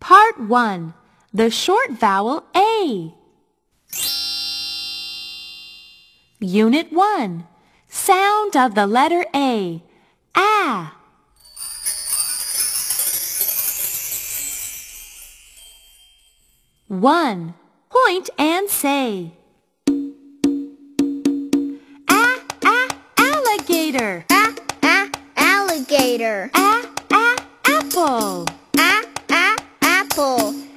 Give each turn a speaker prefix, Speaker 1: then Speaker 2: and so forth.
Speaker 1: Part 1 The Short Vowel A. Unit 1 Sound of the letter A. Ah. One. Point and say. Ah, ah, alligator.
Speaker 2: Ah, ah, alligator.
Speaker 1: Ah, ah, apple.
Speaker 2: Ah, ah, apple.